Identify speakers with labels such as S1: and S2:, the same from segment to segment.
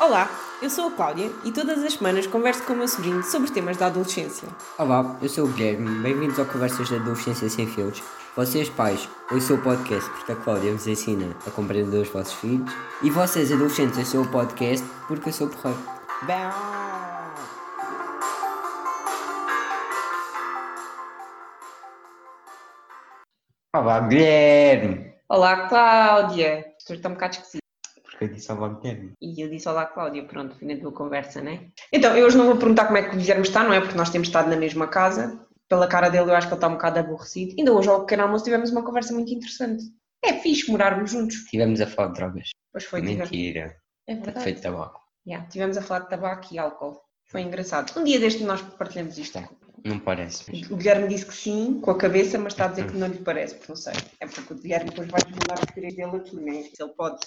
S1: Olá, eu sou a Cláudia e todas as semanas converso com o meu sobrinho sobre temas da adolescência.
S2: Olá, eu sou o Guilherme, bem-vindos ao Conversas da Adolescência Sem Filtros. Vocês pais, ouçam o podcast porque a Cláudia vos ensina a compreender os vossos filhos e vocês adolescentes ouçam o podcast porque eu sou porreiro. Olá Guilherme!
S1: Olá, Cláudia! O senhor está um bocado esquisito.
S2: Porque eu disse olá Guilherme.
S1: E eu disse olá, Cláudia, pronto, fim da tua conversa, né? Então, eu hoje não vou perguntar como é que o Guilherme está, não é? Porque nós temos estado na mesma casa. Pela cara dele, eu acho que ele está um bocado aborrecido. Ainda hoje, ao pequeno almoço, tivemos uma conversa muito interessante. É fixe morarmos juntos.
S2: Estivemos a falar de drogas.
S1: Pois foi, tivemos.
S2: Mentira.
S1: É
S2: Tá
S1: verdade.
S2: feito tabaco.
S1: Yeah, tivemos a falar de tabaco e álcool. Foi engraçado. Um dia deste nós partilhamos isto.
S2: Tá. Não parece, mas...
S1: O Guilherme disse que sim, com a cabeça, mas está a dizer que não lhe parece, porque não sei. É porque o Guilherme depois vai mandar os filhos dele aqui, não é? Se ele pode.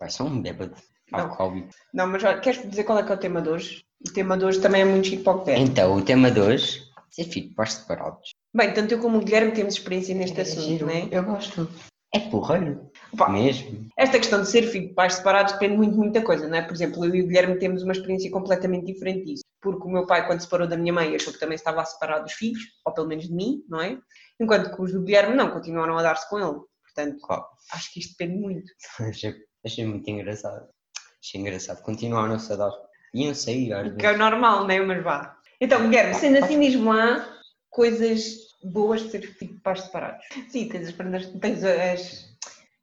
S2: Vai só um bêbado.
S1: Não.
S2: Alcoólico.
S1: Não, mas olha, queres dizer qual é que é o tema de hoje? O tema de hoje também é muito chique para o Guilherme.
S2: Então, o tema de hoje é filho para separados.
S1: Bem, tanto eu como o Guilherme temos experiência neste
S2: É
S1: assunto,
S2: giro,
S1: não é?
S2: Eu gosto. É porreiro.
S1: Pá.
S2: Mesmo.
S1: Esta questão de ser filho de pais separados depende muito de muita coisa, não é? Por exemplo, eu e o Guilherme temos uma experiência completamente diferente disso. Porque o meu pai, quando se separou da minha mãe, achou que também estava a separar dos filhos, ou pelo menos de mim, não é? Enquanto que os do Guilherme não, continuaram a dar-se com ele. Portanto,
S2: Claro.
S1: acho que isto depende muito.
S2: Achei, achei muito engraçado. Achei engraçado. Continuaram a se dar. Iam sair, às
S1: Que é o
S2: vezes.
S1: normal, não é? Mas vá. Então, Guilherme, sendo assim, diz-me lá coisas boas de ser filho de pais separados. Sim, tens as, prendas- tens as,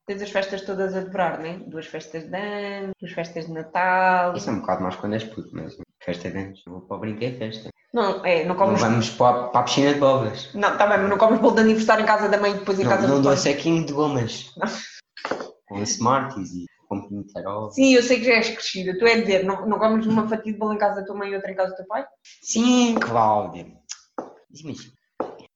S1: tens as festas todas a devorar, não é? Duas festas de ano, duas festas de Natal.
S2: Isso é um bocado mais quando és puto, mas festa de anos. Eu vou para o brinquedo festa.
S1: Não, é, não
S2: Não
S1: comes.
S2: vamos para, a- para a piscina de bolas.
S1: Não, tá bem, mas não comes bolo de aniversário em casa da mãe e depois em
S2: Não,
S1: casa
S2: não
S1: do
S2: dou
S1: pai.
S2: sequinho de gomas.
S1: Não.
S2: Com Smarties e com pintarol.
S1: Sim, eu sei que já és crescida. Tu é a dizer, não, não comes uma fatia de bolo em casa da tua mãe e outra em casa do teu pai?
S2: Sim, Cláudia. Diz-me isto.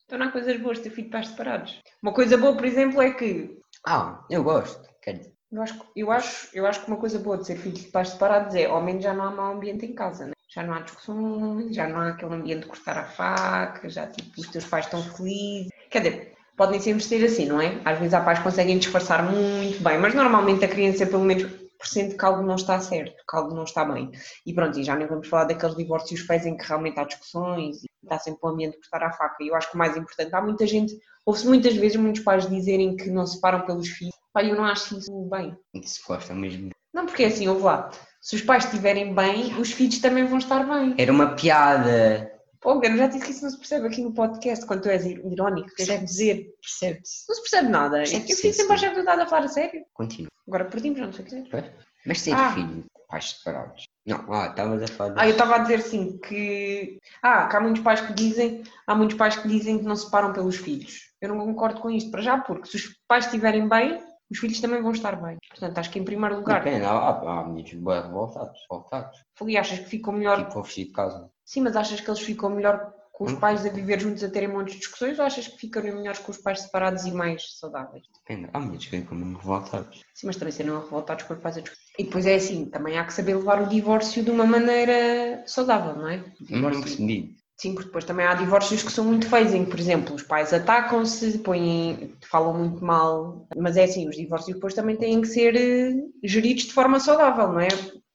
S1: Então não há coisas boas de ter filho de pais separados. Uma coisa boa, por exemplo, é que
S2: Ah, eu gosto. Quer dizer,
S1: eu acho, eu acho, eu acho que uma coisa boa de ser filho de pais separados é ao menos já não há mau ambiente em casa, né? Já não há discussões, já não há aquele ambiente de cortar a faca, já tipo, os teus pais estão felizes. Quer dizer, podem sempre ser assim, não é? Às vezes há pais que conseguem disfarçar muito bem, mas normalmente a criança pelo menos percebe que algo não está certo, que algo não está bem. E pronto, e já nem vamos falar daqueles divórcios feios em que realmente há discussões e está sempre o ambiente de cortar a faca. E eu acho que o mais importante, há muita gente, ouve-se muitas vezes muitos pais dizerem que não se separam pelos filhos. Pai, eu não acho isso bem.
S2: isso gosta mesmo.
S1: Não, porque é assim, ouve lá, se os pais estiverem bem, os filhos também vão estar bem.
S2: Era uma piada.
S1: Pô, eu já disse que isso não se percebe aqui no podcast, quando tu és irónico, tens de dizer.
S2: Percebe-se.
S1: Não se percebe nada. Eu
S2: Percebe-se,
S1: fico
S2: sim,
S1: sempre a
S2: sim.
S1: achar que tu estás a falar a sério.
S2: Continua.
S1: Agora perdimos, já não sei o que dizer.
S2: Mas ter
S1: Ah.
S2: filho, pais separados. Não, ah, estavas a falar.
S1: Ah, eu
S2: disso.
S1: estava a dizer assim que. Ah, que há muitos pais que dizem, há muitos pais que dizem que não se separam pelos filhos. Eu não concordo com isto para já, porque se os pais estiverem bem, os filhos também vão estar bem. Portanto, acho que em primeiro lugar,
S2: Depende, há, há, há meninos bem revoltados, revoltados.
S1: Fuli, achas que ficam melhor.
S2: Tipo, vou vestir de casa.
S1: Sim, mas achas que eles ficam melhor com os
S2: Hum.
S1: pais a viver juntos a terem montes de discussões ou achas que ficam melhores com os pais separados e mais saudáveis?
S2: Depende, há meninos que ficam mesmo revoltados.
S1: Sim, mas também serão revoltados quando fazem discussão. E depois é assim, também há que saber levar o divórcio de uma maneira saudável, não é?
S2: Eu não percebi.
S1: Sim, porque depois também há divórcios que são muito feios, em que, por exemplo, os pais atacam-se, põem, falam muito mal, mas é assim, os divórcios depois também têm que ser eh, geridos de forma saudável, não é?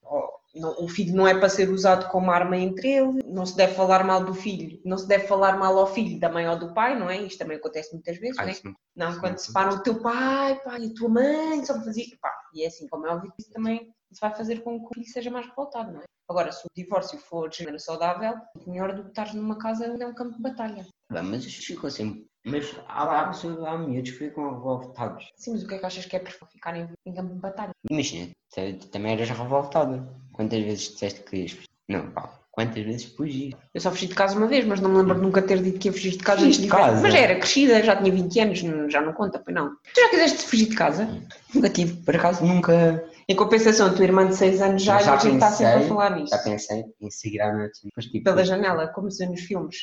S1: Ó, não- O filho não é para ser usado como arma entre ele, não se deve falar mal do filho, não se deve falar mal ao filho da mãe ou do pai, não é? Isto também acontece muitas vezes,
S2: Ah,
S1: não é?
S2: isso não-
S1: Não,
S2: Sim,
S1: quando
S2: sim.
S1: separam o teu pai, pai, e a tua mãe, só me fazia. Pá, e é assim, como é óbvio que isso também isso vai fazer com que o filho seja mais revoltado, não é? Agora, se o divórcio for de maneira saudável, é melhor do que estar numa casa onde é um campo de batalha.
S2: Bem, é mas isto ficou sempre. Mas há, há, pessoas- há miúdos que ficam revoltados.
S1: Sim, mas o que é que achas que é para ficarem em campo de batalha?
S2: Imagina, tu- tu também eras revoltada. Quantas vezes disseste que querias fugir? Não, pá, quantas vezes fugir?
S1: Eu só fugi de casa uma vez, mas não me lembro de nunca ter dito que ia fugir de casa antes de
S2: Fugiste de
S1: ir para-
S2: casa?
S1: Mas já era crescida, já tinha 20 anos, não- já não conta, pois não. Tu já quiseste fugir de casa?
S2: Nunca tive, por acaso nunca.
S1: Em compensação, a tua irmã de 6 anos já,
S2: Mas já
S1: já está sempre a
S2: pensei,
S1: falar nisto.
S2: Já pensei em seguir à noite. Depois, tipo,
S1: Pela janela, como se vê nos filmes.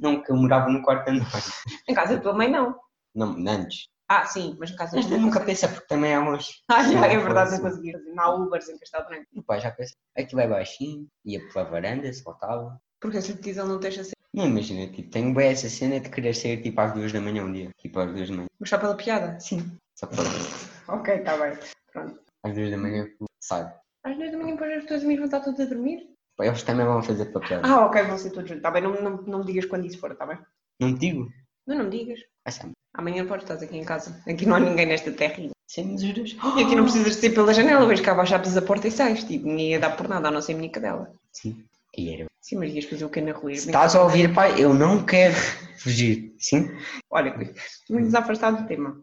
S2: nunca morava no quarto andar.
S1: Em casa da tua mãe, não.
S2: Não, antes.
S1: Ah, sim, mas em casa da
S2: Mas
S1: tua
S2: eu
S1: mãe.
S2: nunca pensei porque também há uns.
S1: Ah, já, é
S2: Não,
S1: verdade, eu
S2: foi assim.
S1: consegui fazer. Não há Ubers em Castelo Branco.
S2: O pai já pensa. Aquilo é baixinho, ia pela varanda, soltava.
S1: Porque se lhe diz ele não deixa ser.
S2: Não imagina, tipo, tenho bem essa cena de querer sair tipo às duas da manhã um dia. Tipo às duas da manhã.
S1: Mas só pela piada?
S2: Sim. Só para
S1: Ok, está bem.
S2: às duas da manhã tipo, sabe.
S1: Às duas da manhã, depois as tuas amigas vão estar todas a dormir?
S2: Pá, Eles também vão fazer papel.
S1: Ah, ok, vão ser todos juntos, está bem? Não, não, não me digas quando isso for, está bem?
S2: Não te digo.
S1: Não, não me digas.
S2: Ah, sim.
S1: Amanhã podes estar aqui em casa. Aqui não há ninguém nesta terra. E
S2: Somos os dois.
S1: aqui não precisas de sair pela janela, vejo cá abaixo, abres a porta e sais. Tipo, nem ia dar por nada, a não ser a minha cadela.
S2: Sim. E era.
S1: Sim, mas ias fazer o que na rua?
S2: Se estás a ouvir, pai, eu não quero fugir. Sim?
S1: Olha, vamos afastar do tema.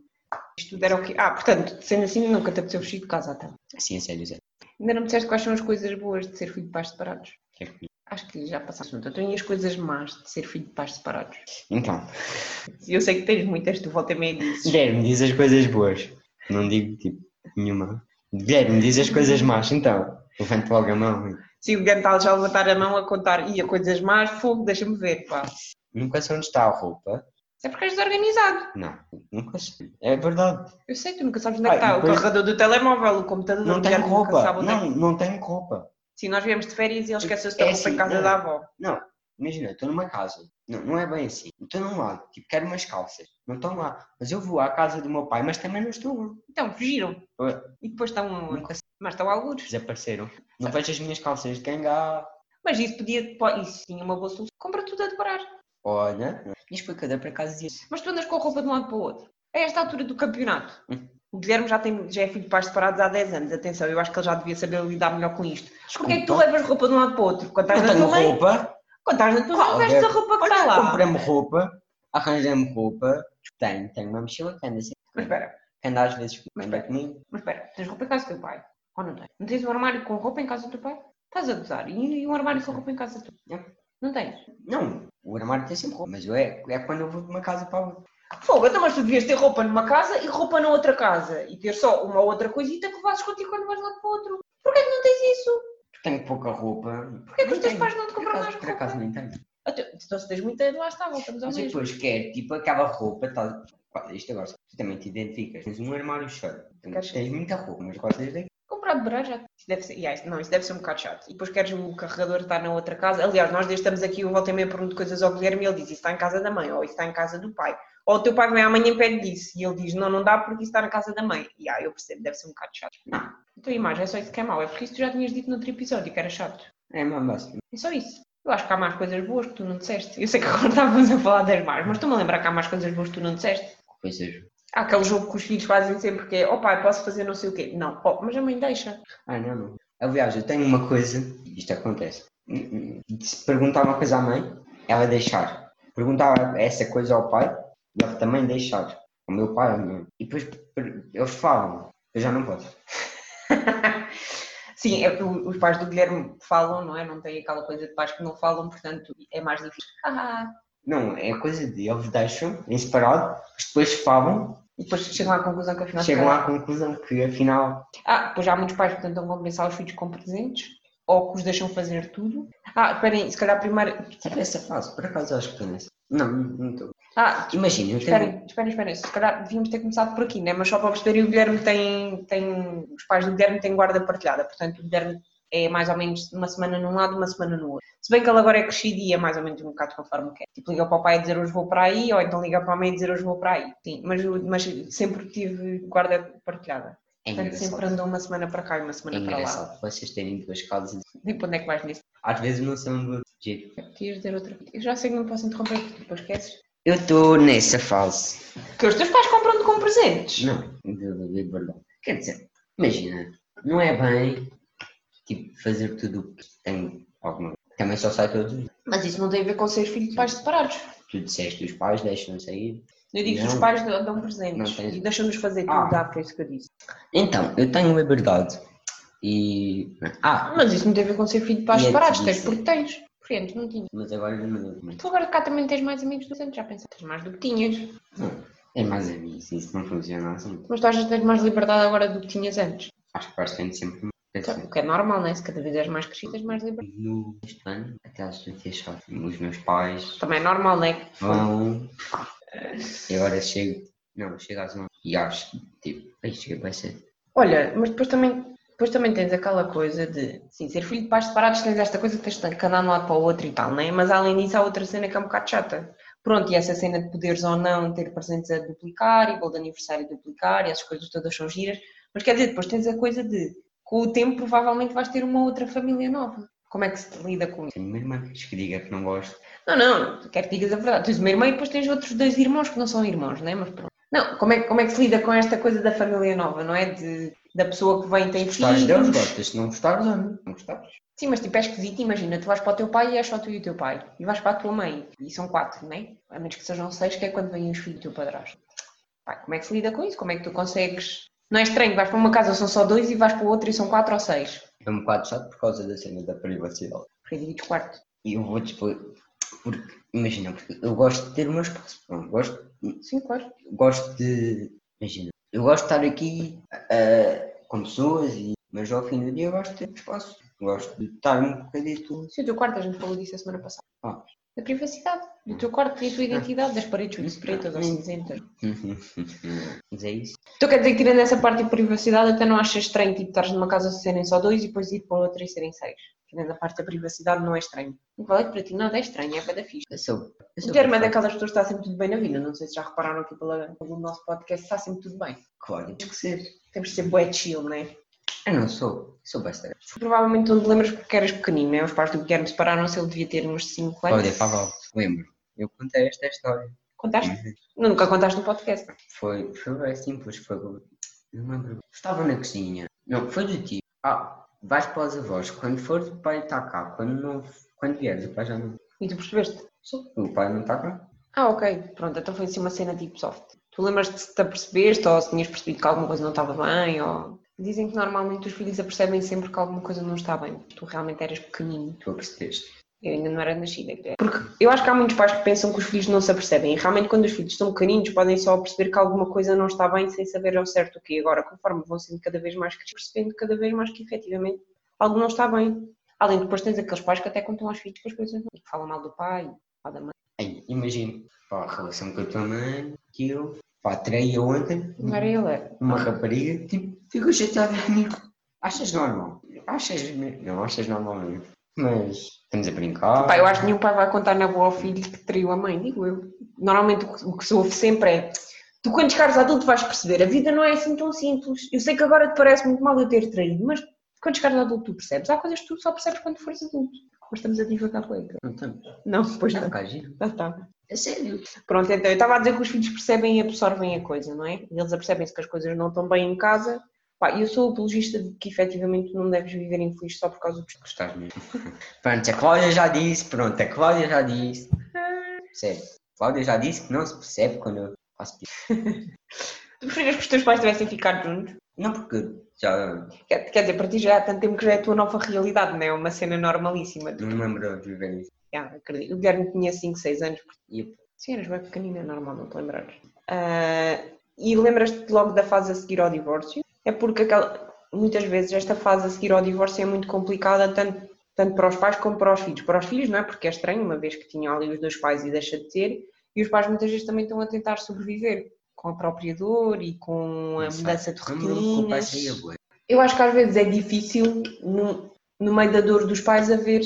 S1: Isto tudo era o quê? Ah, portanto, sendo assim, nunca te apeteceu fugir de casa tá? até.
S2: Sim, é sério, Zé.
S1: Ainda não me disseste quais são as coisas boas de ser filho de pais separados?
S2: É que-
S1: Acho que já passaste muito. Então, e as coisas más de ser filho de pais separados?
S2: Então,
S1: Eu sei que tens muitas, tu volta e meia dizes.
S2: Guilherme diz as coisas boas. Não digo, tipo, nenhuma. Guilherme diz as coisas más. Então, levanta logo a mão. e-
S1: Se o Gantal já levantar a mão a contar, e a coisas más, fogo, deixa-me ver, pá.
S2: Nunca sei onde está a roupa.
S1: É porque és desorganizado.
S2: Não, nunca sei. É verdade.
S1: Eu sei, tu nunca sabes onde é que
S2: Ah,
S1: está.
S2: e depois-
S1: O carregador do telemóvel, o computador
S2: Não
S1: do
S2: tenho
S1: Guilherme, nunca
S2: roupa.
S1: sabe onde é que-
S2: Não, não tenho roupa.
S1: Sim, nós viemos de férias e ele esqueceu-se da
S2: É
S1: roupa em
S2: assim,
S1: casa
S2: não.
S1: da avó.
S2: Não, imagina, eu estou numa casa. Não, não é bem assim. Estou num lado, tipo, quero umas calças. Não estão lá. Mas eu vou à casa do meu pai, mas também não estão lá.
S1: Então, fugiram.
S2: Ué.
S1: E depois estão
S2: Nunca
S1: aonde? Mas estão algures.
S2: desapareceram. Não vejo as minhas calças de gangá.
S1: Mas isso podia. pô, Isso tinha uma boa solução. Compra tudo a decorar.
S2: Olha, minha explicadora para casa disso.
S1: Mas tu andas com a roupa de um lado para o outro. A esta altura do campeonato.
S2: Hum.
S1: O Guilherme já, tem, já é filho de pais separados há 10 anos. Atenção, eu acho que ele já devia saber lidar melhor com isto. Porquê é que tu
S2: Desculpa.
S1: levas roupa de um lado para o outro? Quando estás
S2: Não
S1: na
S2: tenho
S1: tua mãe,
S2: roupa.
S1: quando estás na tua mãe,
S2: Ah,
S1: vestes a
S2: Guilherme.
S1: roupa que está lá.
S2: Comprei-me roupa. Arranjei-me roupa. Tenho, tenho uma mochila que anda assim.
S1: Mas espera,
S2: Que anda às vezes
S1: Mas
S2: anda
S1: espera.
S2: comigo.
S1: mas espera. Tens roupa em casa do teu pai? Ou não tens? Não tens um armário com roupa em casa do teu pai? Estás a gozar. E e um armário com roupa em casa do teu pai? Não tens?
S2: Não, o armário tem sempre roupa. Mas eu é, é quando eu vou de uma casa para outra.
S1: Fogo, então mas tu devias ter roupa numa casa e roupa na outra casa. E ter só uma outra coisita que levas contigo quando vais lá para o outro. Porquê que não tens isso?
S2: Tenho pouca roupa.
S1: Porquê que
S2: Não
S1: os teus
S2: tenho.
S1: pais não te
S2: Por
S1: compram
S2: acaso-
S1: mais
S2: Por
S1: roupa?
S2: acaso nem tenho.
S1: Até- Então se tens muita, lá está, voltamos ao
S2: Mas
S1: mesmo.
S2: depois quer, tipo, aquela roupa, tá, pá, isto agora, tu também te identificas. Tens um armário cheio, Então,
S1: Queres-
S2: tens muita roupa, mas gostas daqui.
S1: Comprar beberás já. Isso deve ser, yeah, isso- não, isso deve ser um bocado chato. E depois queres o carregador estar na outra casa. Aliás, nós desde estamos aqui, eu volta e meia pergunto coisas ao Guilherme e ele diz, isso está em casa da mãe, ou isso está em casa do pai. Ou o teu pai vem amanhã e pede disso. E ele diz, não, não dá porque isso está na casa da mãe. E ah, eu percebo, deve ser um bocado chato. Não, a tua imagem é só isso que é mau. É porque isso tu já tinhas dito no outro episódio que era chato.
S2: É uma básica.
S1: É só isso. Eu acho que há mais coisas boas que tu não disseste. Eu sei que agora estávamos a falar das más, mas estou-me a lembrar que há mais coisas boas que tu não disseste.
S2: Coisas.
S1: Há aquele jogo que os filhos fazem sempre que é oh pai, posso fazer não sei o quê. Não, oh, mas a mãe deixa.
S2: Ah, não, não. Aliás, eu tenho uma coisa, isto acontece. Hum, hum, Se perguntar uma coisa à mãe, ela deixar. Perguntar essa coisa ao pai, ele também deixar. O meu pai, a minha. E depois per- eles falam, eu já não posso.
S1: Sim, é porque os pais do Guilherme falam, não é? Não tem aquela coisa de pais que não falam, portanto é mais difícil. Ah,
S2: Não, é coisa de eles deixam em separado, mas depois falam,
S1: e depois chegam à conclusão que afinal.
S2: chegam à conclusão que afinal
S1: Ah, pois há muitos pais que tentam compensar os filhos com presentes ou que os deixam fazer tudo. Ah, esperem, se calhar primeiro.
S2: Era essa fase, por acaso eu acho que foi nessa. Não, não estou.
S1: Ah,
S2: Imagina, eu tenho.
S1: Esperem, esperem, esperem. Se calhar devíamos ter começado por aqui, né? mas só para perceberem, o Guilherme tem, tem. Os pais do Guilherme têm guarda partilhada, portanto, o Guilherme é mais ou menos uma semana num lado, uma semana no outro. Se bem que ele agora é crescido e é mais ou menos um bocado conforme quer. Tipo, liga para o pai a dizer hoje vou para aí, ou então liga para a mãe a dizer hoje vou para aí. Sim, mas, eu- mas sempre tive guarda partilhada.
S2: É
S1: Portanto, sempre
S2: engraçado.
S1: andou uma semana para cá e uma
S2: É
S1: semana para lá.
S2: engraçado vocês terem duas casas.
S1: Nem para onde é que vais nisso?
S2: Às vezes não são do jeito.
S1: Querias dizer outra coisa? Eu já sei que não posso interromper, porque depois esqueces.
S2: Eu estou nessa fase.
S1: Que os teus pais compram-te com presentes.
S2: Não, de, de, de verdade. Quer dizer, imagina, não é bem tipo fazer tudo o que tem alguma Também só sai todos.
S1: Mas isso não tem a ver com ser filho de pais separados.
S2: Tu disseste os pais deixam sair.
S1: Eu digo que os
S2: Não.
S1: pais dão dão presentes
S2: Não tens-
S1: e deixam-nos fazer tudo,
S2: Ah.
S1: ah, foi isso que eu disse.
S2: Então, eu tenho liberdade. E. Ah,
S1: Mas isso não tem a ver com ser filho de pais
S2: E é
S1: separados, tens
S2: difícil.
S1: porque tens. Porque antes não tinha.
S2: mas agora não me lembro.
S1: Tu agora cá também tens mais amigos do que antes, já pensaste? Tens mais do que tinhas.
S2: Não, é mais amigos, isso não funciona assim.
S1: Mas tu achas que tens mais liberdade agora do que tinhas antes?
S2: Acho que faz tempo sempre.
S1: O que é normal, né? Se cada vez és mais crescido, tens mais liberdade.
S2: No este ano, até às vezes só os meus pais
S1: Também é normal, né?
S2: vão. E agora chego. Não, chego às nove. E acho que, tipo, aí chega vai ser.
S1: Olha, mas depois também, depois também tens aquela coisa de, sim, ser filho de pais separados tens esta coisa que tens que andar de um lado para o outro e tal, né? Mas além disso há outra cena que é um bocado chata. Pronto, e essa cena de poderes ou não ter presentes a duplicar e bolo de aniversário a duplicar e essas coisas todas são giras. Mas quer dizer, depois tens a coisa de com o tempo provavelmente vais ter uma outra família nova. Como é que se lida com isso?
S2: Tenho uma irmã que diga que não gosto.
S1: Não, não, não, quero que digas a verdade. Tens uma irmã e depois tens outros dois irmãos que não são irmãos, não é? Mas pronto. Não, como é, como é que se lida com esta coisa da família nova, não é? De, da pessoa que vem tem filhos.
S2: Gostares deles, gostas. Se não gostares, não. Não gostares.
S1: Sim, mas tipo é esquisito, imagina, tu vais para o teu pai e és só tu e o teu pai. E vais para a tua mãe, e são quatro, não é? A menos que sejam seis, que é quando vêm os filhos do teu padrasto. Pá, como é que se lida com isso? Como é que tu consegues... Não é estranho, vais para uma casa, são só dois, e vais para outra e são quatro ou seis.
S2: É um bocado chato por causa da cena da privacidade.
S1: Porque divides quarto.
S2: E eu vou-te explicar. Porque, imagina, porque eu gosto de ter o meu espaço. Pronto, gosto,
S1: Sim, claro.
S2: gosto de. Imagina, eu gosto de estar aqui ah, com pessoas, e, mas ao fim do dia eu gosto de ter um espaço. Gosto de estar um bocadito.
S1: Sim, o teu quarto, a gente falou disso a semana passada.
S2: Ah.
S1: Da privacidade, do teu quarto e a tua identidade, das paredes
S2: Ah,
S1: pretas ou cinzentas.
S2: mas é isso.
S1: Tu quer dizer que tirando essa parte de privacidade até não achas estranho, tipo, estares numa casa de serem só dois e depois ir para outra e serem seis. Tirando a parte da privacidade não é estranho. Não falei que para ti nada é estranho, é para da fixe.
S2: Eu sou. Eu
S1: O
S2: sou
S1: termo é daquelas pessoas que está sempre tudo bem na vida, não sei se já repararam aqui pela- pelo nosso podcast, está sempre tudo bem.
S2: Claro, tens que ser.
S1: Temos de ser bué chill, não é?
S2: Eu não sou. Sou bastante.
S1: Provavelmente não te lembras porque eras pequenino, não é? Os pais do Guilherme separaram-se, ele devia ter uns 5 anos.
S2: Olha, Pavel, lembro. Eu contei esta história.
S1: Contaste? Nunca contaste no podcast.
S2: Foi, foi bem simples, foi. Não me lembro. Estava na cozinha. Não, foi do tipo. Ah, vais para os avós. Quando for o pai está cá. Quando não. Quando vieres, o pai já não.
S1: E tu percebeste?
S2: Só que o pai não está cá.
S1: Ah, ok. Pronto, então foi assim uma cena tipo soft. Tu lembras-te se te apercebeste ou se tinhas percebido que alguma coisa não estava bem ou... Dizem que normalmente os filhos apercebem sempre que alguma coisa não está bem. Tu realmente eras pequenino.
S2: Tu percebeste.
S1: Eu ainda não era nascida. é Porque eu acho que há muitos pais que pensam que os filhos não se apercebem. E realmente, quando os filhos são pequeninos, podem só perceber que alguma coisa não está bem sem saber ao certo o quê. Agora, conforme vão sendo cada vez mais crescidos, percebendo cada vez mais que efetivamente algo não está bem. Além de depois tens aqueles pais que até contam aos filhos que as coisas não. que falam mal do pai ou da mãe.
S2: Aí, imagino. Pá, a relação com a tua mãe. Que eu. Pá, traí ontem.
S1: Não era ele, era.
S2: Uma rapariga. Tipo, ficou chateada comigo. Achas normal? Achas. me- Não, achas normal mesmo. Mas. Estamos a brincar.
S1: Pá, eu acho que nenhum pai vai contar na boa ao filho que traiu a mãe, digo eu. Normalmente o que- o que se ouve sempre é: tu, quando chegares adulto, vais perceber, a vida não é assim tão simples. Eu sei que agora te parece muito mal eu ter traído, mas quando chegares adulto, tu percebes. Há coisas que tu só percebes quando fores adulto. Mas estamos a divagar colega.
S2: Não estamos.
S1: Não, pois
S2: Já
S1: não.
S2: cá, giro.
S1: Ah, tá.
S2: É sério.
S1: Pronto, então eu estava a dizer que os filhos percebem e absorvem a coisa, não é? Eles apercebem-se que as coisas não estão bem em casa. Pá, eu sou apologista de que efetivamente não deves viver infeliz só por causa dos.
S2: Gostaste mesmo. pronto, a Cláudia já disse, pronto, a Cláudia já disse. Percebe? A Cláudia já disse que não se percebe quando eu faço piada.
S1: Tu preferias que os teus pais tivessem ficado juntos?
S2: Não porque já
S1: Quer, quer dizer, para ti já há tanto tempo que já é a tua nova realidade, não é? Uma cena normalíssima.
S2: não me lembro de viver isso.
S1: Já, acredito. O Guilherme tinha 5, 6 anos.
S2: E eu,
S1: Sim, eras bem pequenina, é normal, não te lembrares. Ah, e lembras-te logo da fase a seguir ao divórcio? É porque aquela- muitas vezes esta fase a seguir ao divórcio é muito complicada, tanto, tanto para os pais como para os filhos. Para os filhos, não é? Porque é estranho, uma vez que tinham ali os dois pais e deixa de ter, e os pais muitas vezes também estão a tentar sobreviver com a própria dor e com a
S2: não sei,
S1: é mudança de
S2: lembro-me que o pai
S1: rotinas.
S2: saía bué.
S1: Eu acho que às vezes é difícil, no, no meio da dor dos pais, haver,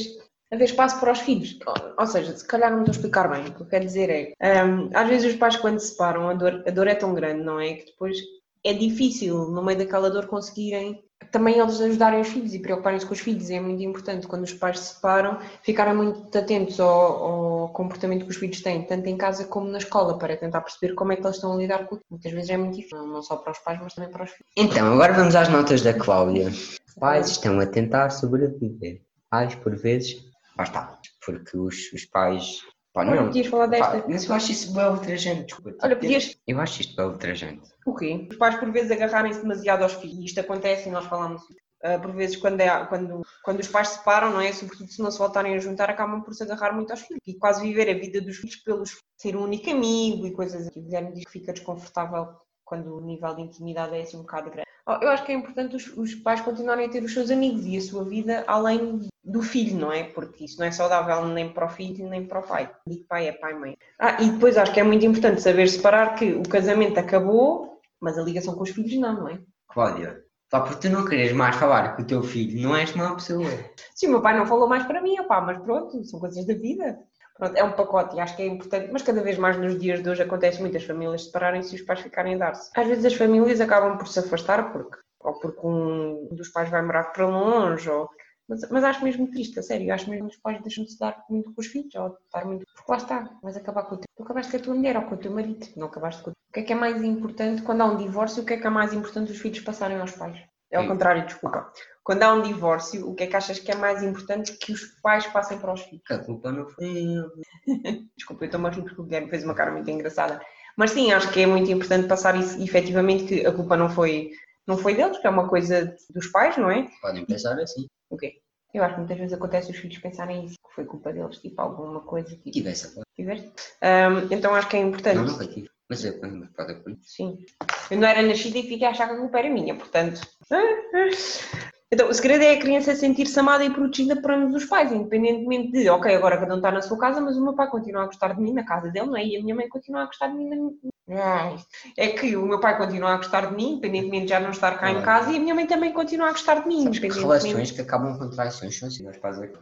S1: haver espaço para os filhos. Ou, ou seja, se calhar não estou a explicar bem. O que eu quero dizer é, hum, às vezes os pais quando se separam, a dor, a dor é tão grande, não é? Que depois é difícil, no meio daquela dor, conseguirem também eles ajudarem os filhos e preocuparem-se com os filhos. É muito importante, quando os pais se separam, ficarem muito atentos ao, ao comportamento que os filhos têm, tanto em casa como na escola, para tentar perceber como é que eles estão a lidar com Muitas vezes é muito difícil, não não só para os pais, mas também para os filhos.
S2: Então, agora vamos às notas da Cláudia. Pais estão a tentar sobreviver. Pais, por vezes, lá está. Porque os, os pais. Pá,
S1: Olha,
S2: não. é um
S1: podias falar desta?
S2: Pá, mas eu acho isso bem ultrajante, desculpa.
S1: Olha, podias.
S2: Eu acho isto bem ultrajante.
S1: O quê? Os pais por vezes agarrarem-se demasiado aos filhos. E Isto acontece e nós falamos. ah, por vezes, quando, é- quando, quando os pais se separam, não é? Sobretudo se não se voltarem a juntar, acabam por se agarrar muito aos filhos e quase viver a vida dos filhos pelos filhos, ser o único amigo e coisas assim. O Guilherme diz que fica desconfortável quando o nível de intimidade é assim um bocado grande. Oh, Eu acho que é importante os, os pais continuarem a ter os seus amigos e a sua vida além do filho, não é? Porque isso não é saudável nem para o filho nem para o pai. Digo pai é pai, mãe. Ah, e depois acho que é muito importante saber separar que o casamento acabou, mas a ligação com os filhos não, não é?
S2: Cláudia, só porque tu não queres mais falar com o teu filho, não és má pessoa.
S1: Sim, o meu pai não falou mais para mim, opá, mas pronto, são coisas da vida. Pronto, é um pacote e acho que é importante, mas cada vez mais nos dias de hoje acontece muitas famílias separarem-se e os pais ficarem a dar-se. Às vezes as famílias acabam por se afastar porque ou porque um dos pais vai morar para longe, ou... mas, mas acho mesmo triste, a sério, acho mesmo que os pais deixam de se dar muito com os filhos, ou de estar muito, porque lá está, vais acabar com o teu, tu acabaste com a tua mulher ou com o teu marido, não acabaste com o teu. O que é que é mais importante quando há um divórcio, o que é que é mais importante os filhos passarem aos pais? É ao
S2: Sim.
S1: contrário, desculpa. Quando há um divórcio, o que é que achas que é mais importante que os pais passem para os filhos?
S2: Que a culpa não foi dele.
S1: Desculpa, eu estou-me a rir porque o Guilherme fez uma cara muito engraçada. Mas sim, acho que é muito importante passar isso, efetivamente, que a culpa não foi, não foi deles, que é uma coisa dos pais, não é?
S2: Podem pensar assim.
S1: O quê? Eu acho que muitas vezes acontece os filhos pensarem isso, que foi culpa deles, tipo alguma coisa que
S2: Se tivesse a culpa.
S1: tiveste. Ahm, então acho que é importante.
S2: Não, não foi tive. Mas eu quando me pode acontecer.
S1: Sim. Eu não era nascida e fiquei a achar que a culpa era minha, portanto. Então, o segredo é a criança sentir-se amada e protegida por ambos os pais, independentemente de, ok, agora cada um está na sua casa, mas o meu pai continua a gostar de mim na casa dele, não é? E a minha mãe continua a gostar de mim na minha. Ai, É que o meu pai continua a gostar de mim, independentemente de já não estar cá em
S2: Claro.
S1: casa, e a minha mãe também continua a gostar de mim, independentemente.
S2: Relações que acabam com traições são assim, nós fazemos.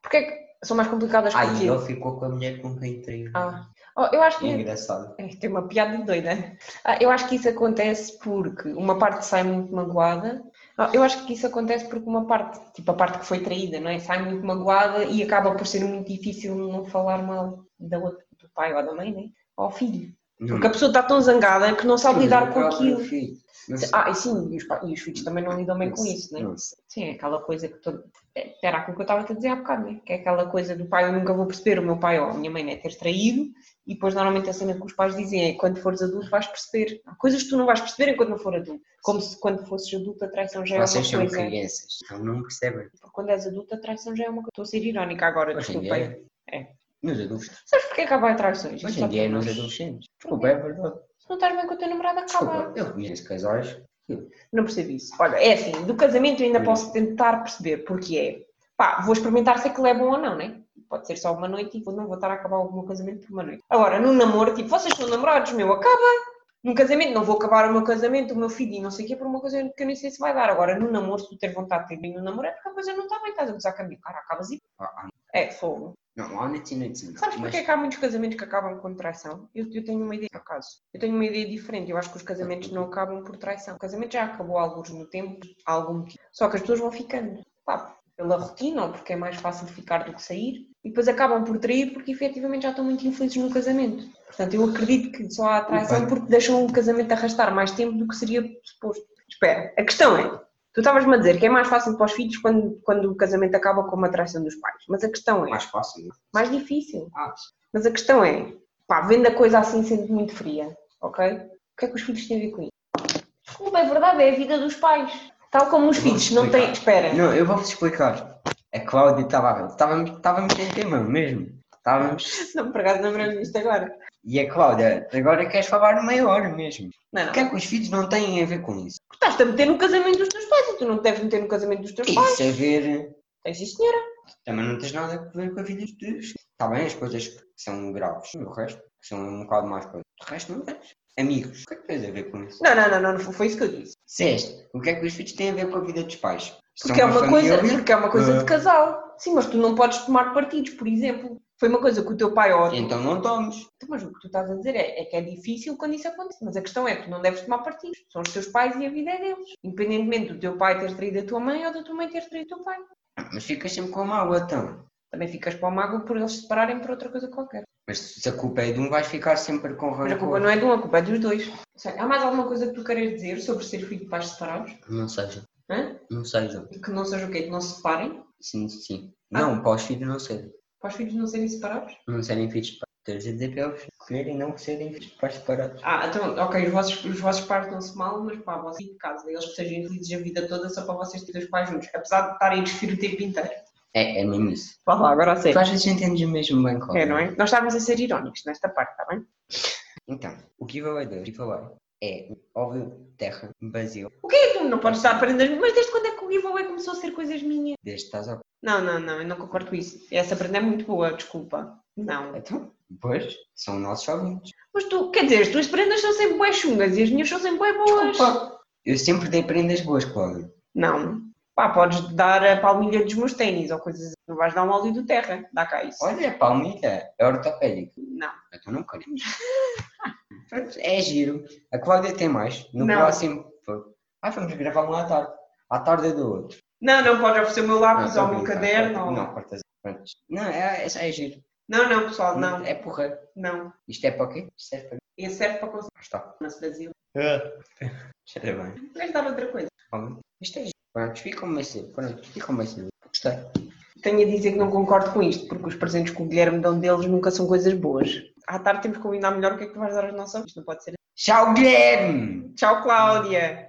S1: Porque é que são mais complicadas que
S2: Aí
S1: o quê?
S2: ele ficou com a mulher com quem traiu.
S1: Ah. Oh, eu acho que
S2: Engraçado.
S1: É, Tem uma piada doida. Ah, eu acho que isso acontece porque uma parte sai muito magoada. Ah, Eu acho que isso acontece porque uma parte, tipo a parte que foi traída, não é? Sai muito magoada e acaba por ser muito difícil não falar mal da outra, do pai ou da mãe, né? Ao filho.
S2: Não.
S1: Porque a pessoa está tão zangada que não sabe
S2: Sim,
S1: lidar
S2: o
S1: com
S2: próprio
S1: aquilo.
S2: filho. Não sei.
S1: Ah, e sim, e os, pa- e os filhos também não lidam bem com isso, né?
S2: Não sei.
S1: Sim, é aquela coisa que todo. é, Era aquilo que eu estava a dizer há bocado, né? que é aquela coisa do pai, eu nunca vou perceber, o meu pai ou a minha mãe né, ter traído, e depois normalmente a cena que os pais dizem é quando fores adulto vais perceber. Há coisas que tu não vais perceber enquanto não for adulto. Como se quando fosses adulto a traição já é uma
S2: Vocês são
S1: coisa.
S2: crianças, então não percebem.
S1: Porque quando és adulto a traição já é uma coisa. Estou a ser irónica agora,
S2: Hoje em
S1: desculpem.
S2: dia
S1: É.
S2: Nos adolescentes.
S1: Sabes porquê acabar a traições? Isso
S2: Hoje
S1: só
S2: em dia é
S1: tu
S2: nos
S1: sabes.
S2: adolescentes. Desculpa, é verdade.
S1: Se não estás bem com o teu namorado, acaba.
S2: Desculpa, eu conheço casais.
S1: Não percebo isso. Olha, é assim, do casamento eu ainda
S2: Hum.
S1: posso tentar perceber porque é. Pá, vou experimentar se aquilo é bom ou não, né? Pode ser só uma noite e vou- não vou estar a acabar o meu casamento por uma noite. Agora, num namoro, tipo, vocês são namorados, meu, acaba. Num casamento, não vou acabar o meu casamento, o meu filho e não sei o quê, por uma coisa que eu nem sei se vai dar. Agora, num namoro, se tu ter vontade de ter bem no namoro, é porque a coisa não está bem, estás a gozar com a minha cara, acabas e...
S2: Ah, ah,
S1: É, fogo.
S2: Não, há noite e noite. assim, não.
S1: Sabes
S2: Mas
S1: porquê é que há muitos casamentos que acabam com traição? Eu, eu tenho uma ideia, por acaso. Eu tenho uma ideia diferente. Eu acho que os casamentos não acabam por traição. O casamento já acabou há alguns no tempo, há algum motivo. Só que as pessoas vão ficando, pá, pela rotina ou porque é mais fácil ficar do que sair. E depois acabam por trair porque efetivamente já estão muito infelizes no casamento. Portanto, eu acredito que só há traição
S2: Bem.
S1: porque deixam o casamento arrastar mais tempo do que seria suposto. Espera, a questão é, tu estavas-me a dizer que é mais fácil para os filhos quando, quando o casamento acaba com uma traição dos pais. Mas a questão
S2: é
S1: é,
S2: mais fácil. não?
S1: mais difícil.
S2: Ah,
S1: Mas a questão é, pá, vendo a coisa assim sendo muito fria, ok? O que é que os filhos têm a ver com isso? Desculpa, é verdade, é a vida dos pais. Tal como os
S2: Eu
S1: filhos,
S2: vou
S1: não têm.
S2: explicar.
S1: Espera.
S2: Não, eu vou-vos explicar. A Cláudia estava. Estávamos estávamos em tema mesmo. Estávamos.
S1: Não, por acaso lembrei-me disto agora.
S2: E a Cláudia, agora queres falar meia hora mesmo.
S1: Não, não.
S2: O que é que os filhos não têm a ver com isso?
S1: Porque estás-te a meter no casamento dos teus pais e tu não te deves meter no casamento dos teus pais.
S2: Isso a ver.
S1: Tens sim, senhora.
S2: Também não tens nada a ver com a vida dos teus. Está bem, as coisas que são graves. O resto, que são um bocado mais coisas. O resto não tens. Amigos, o que é que tens a ver com isso?
S1: Não, não, não, não, não foi isso que eu disse.
S2: Sexto, o que é que os filhos têm a ver com a vida dos pais?
S1: Porque é
S2: São
S1: uma coisa, porque é uma coisa de
S2: ah.
S1: casal. Sim, mas tu não podes tomar partidos, por exemplo. Foi uma coisa que o teu pai ou a tua
S2: Então não tomes.
S1: Então, Mas o que tu estás a dizer é, é que é difícil quando isso acontece. Mas a questão é, tu não deves tomar partido. São os teus pais e a vida é deles. Independentemente do teu pai ter traído a tua mãe ou da tua mãe ter traído o teu pai.
S2: Mas ficas sempre com a mágoa, então.
S1: Também ficas para o mago por eles se separarem por outra coisa qualquer.
S2: Mas se a culpa é de um, vais ficar sempre com
S1: Mas
S2: rancor.
S1: a culpa não é de um, a culpa é dos dois. Sério, Há mais alguma coisa que tu queres dizer sobre ser filho de pais separados?
S2: Não seja,
S1: Hã?
S2: não seja.
S1: E que não seja o quê? Que não se separem?
S2: Sim, sim.
S1: Ah.
S2: Não, para os filhos não serem.
S1: Para os filhos não serem separados?
S2: Não serem filhos de pais. Estás a dizer para eles escolherem não serem filhos de pais separados.
S1: Ah, então, ok, os vossos, os vossos pais não se mal, mas pá, vocês de casa, eles que sejam felizes a vida toda só para vocês terem os pais juntos. Apesar de estarem a desfir o tempo inteiro.
S2: É, é mesmo isso.
S1: Vá lá, agora a sério.
S2: Tu às vezes entendes mesmo bem claro.
S1: É, não é? Nós estávamos a ser irónicos nesta parte, está bem?
S2: Então, o giveaway do giveaway é um óvulo de terra vazio.
S1: O que é que tu não podes estar a aprender? Mas desde quando é que o giveaway começou a ser coisas minhas?
S2: Desde que estás ao...
S1: Não, não, não, eu não concordo com isso. Essa prenda é muito boa, desculpa. Não.
S2: Então, pois, são nossos ouvintes.
S1: Mas tu, quer dizer, as tuas prendas são sempre boas chungas e as minhas são sempre bué boas.
S2: Desculpa. Eu sempre dei prendas boas, Cláudio.
S1: Não. Pá, podes dar a palmilha dos meus ténis ou coisas assim. Não vais dar um óleo do terra, dá cá isso.
S2: Olha, palmilha, é ortopédico.
S1: Não.
S2: Então não É queremos. Pronto, é giro. A Cláudia tem mais. No
S1: Não.
S2: próximo. Ah, vamos gravar um à tarde. À tarde é do outro.
S1: Não, não pode oferecer o meu lápis
S2: Não,
S1: ou o meu
S2: tá bem,
S1: é um caderno.
S2: tá,
S1: ou-
S2: tá, Não, cortas. Pronto. Não, é, é, é giro.
S1: não, não, pessoal, não.
S2: É porra.
S1: Não.
S2: Isto é para o quê? Isto serve para.
S1: Esse serve para conseguir
S2: Ah, está.
S1: nosso Brasil.
S2: Cheira bem.
S1: Mas dar outra coisa.
S2: Olha, Isto é giro. Pronto, fica mais cedo. Pronto, fica mais cedo. Gostei.
S1: Tenho a dizer que não concordo com isto, porque os presentes que o Guilherme dão deles nunca são coisas boas. À tarde temos que combinar melhor o que é que tu vais dar aos nossos amigos. Não pode ser.
S2: Tchau, Guilherme!
S1: assim. Tchau, Cláudia!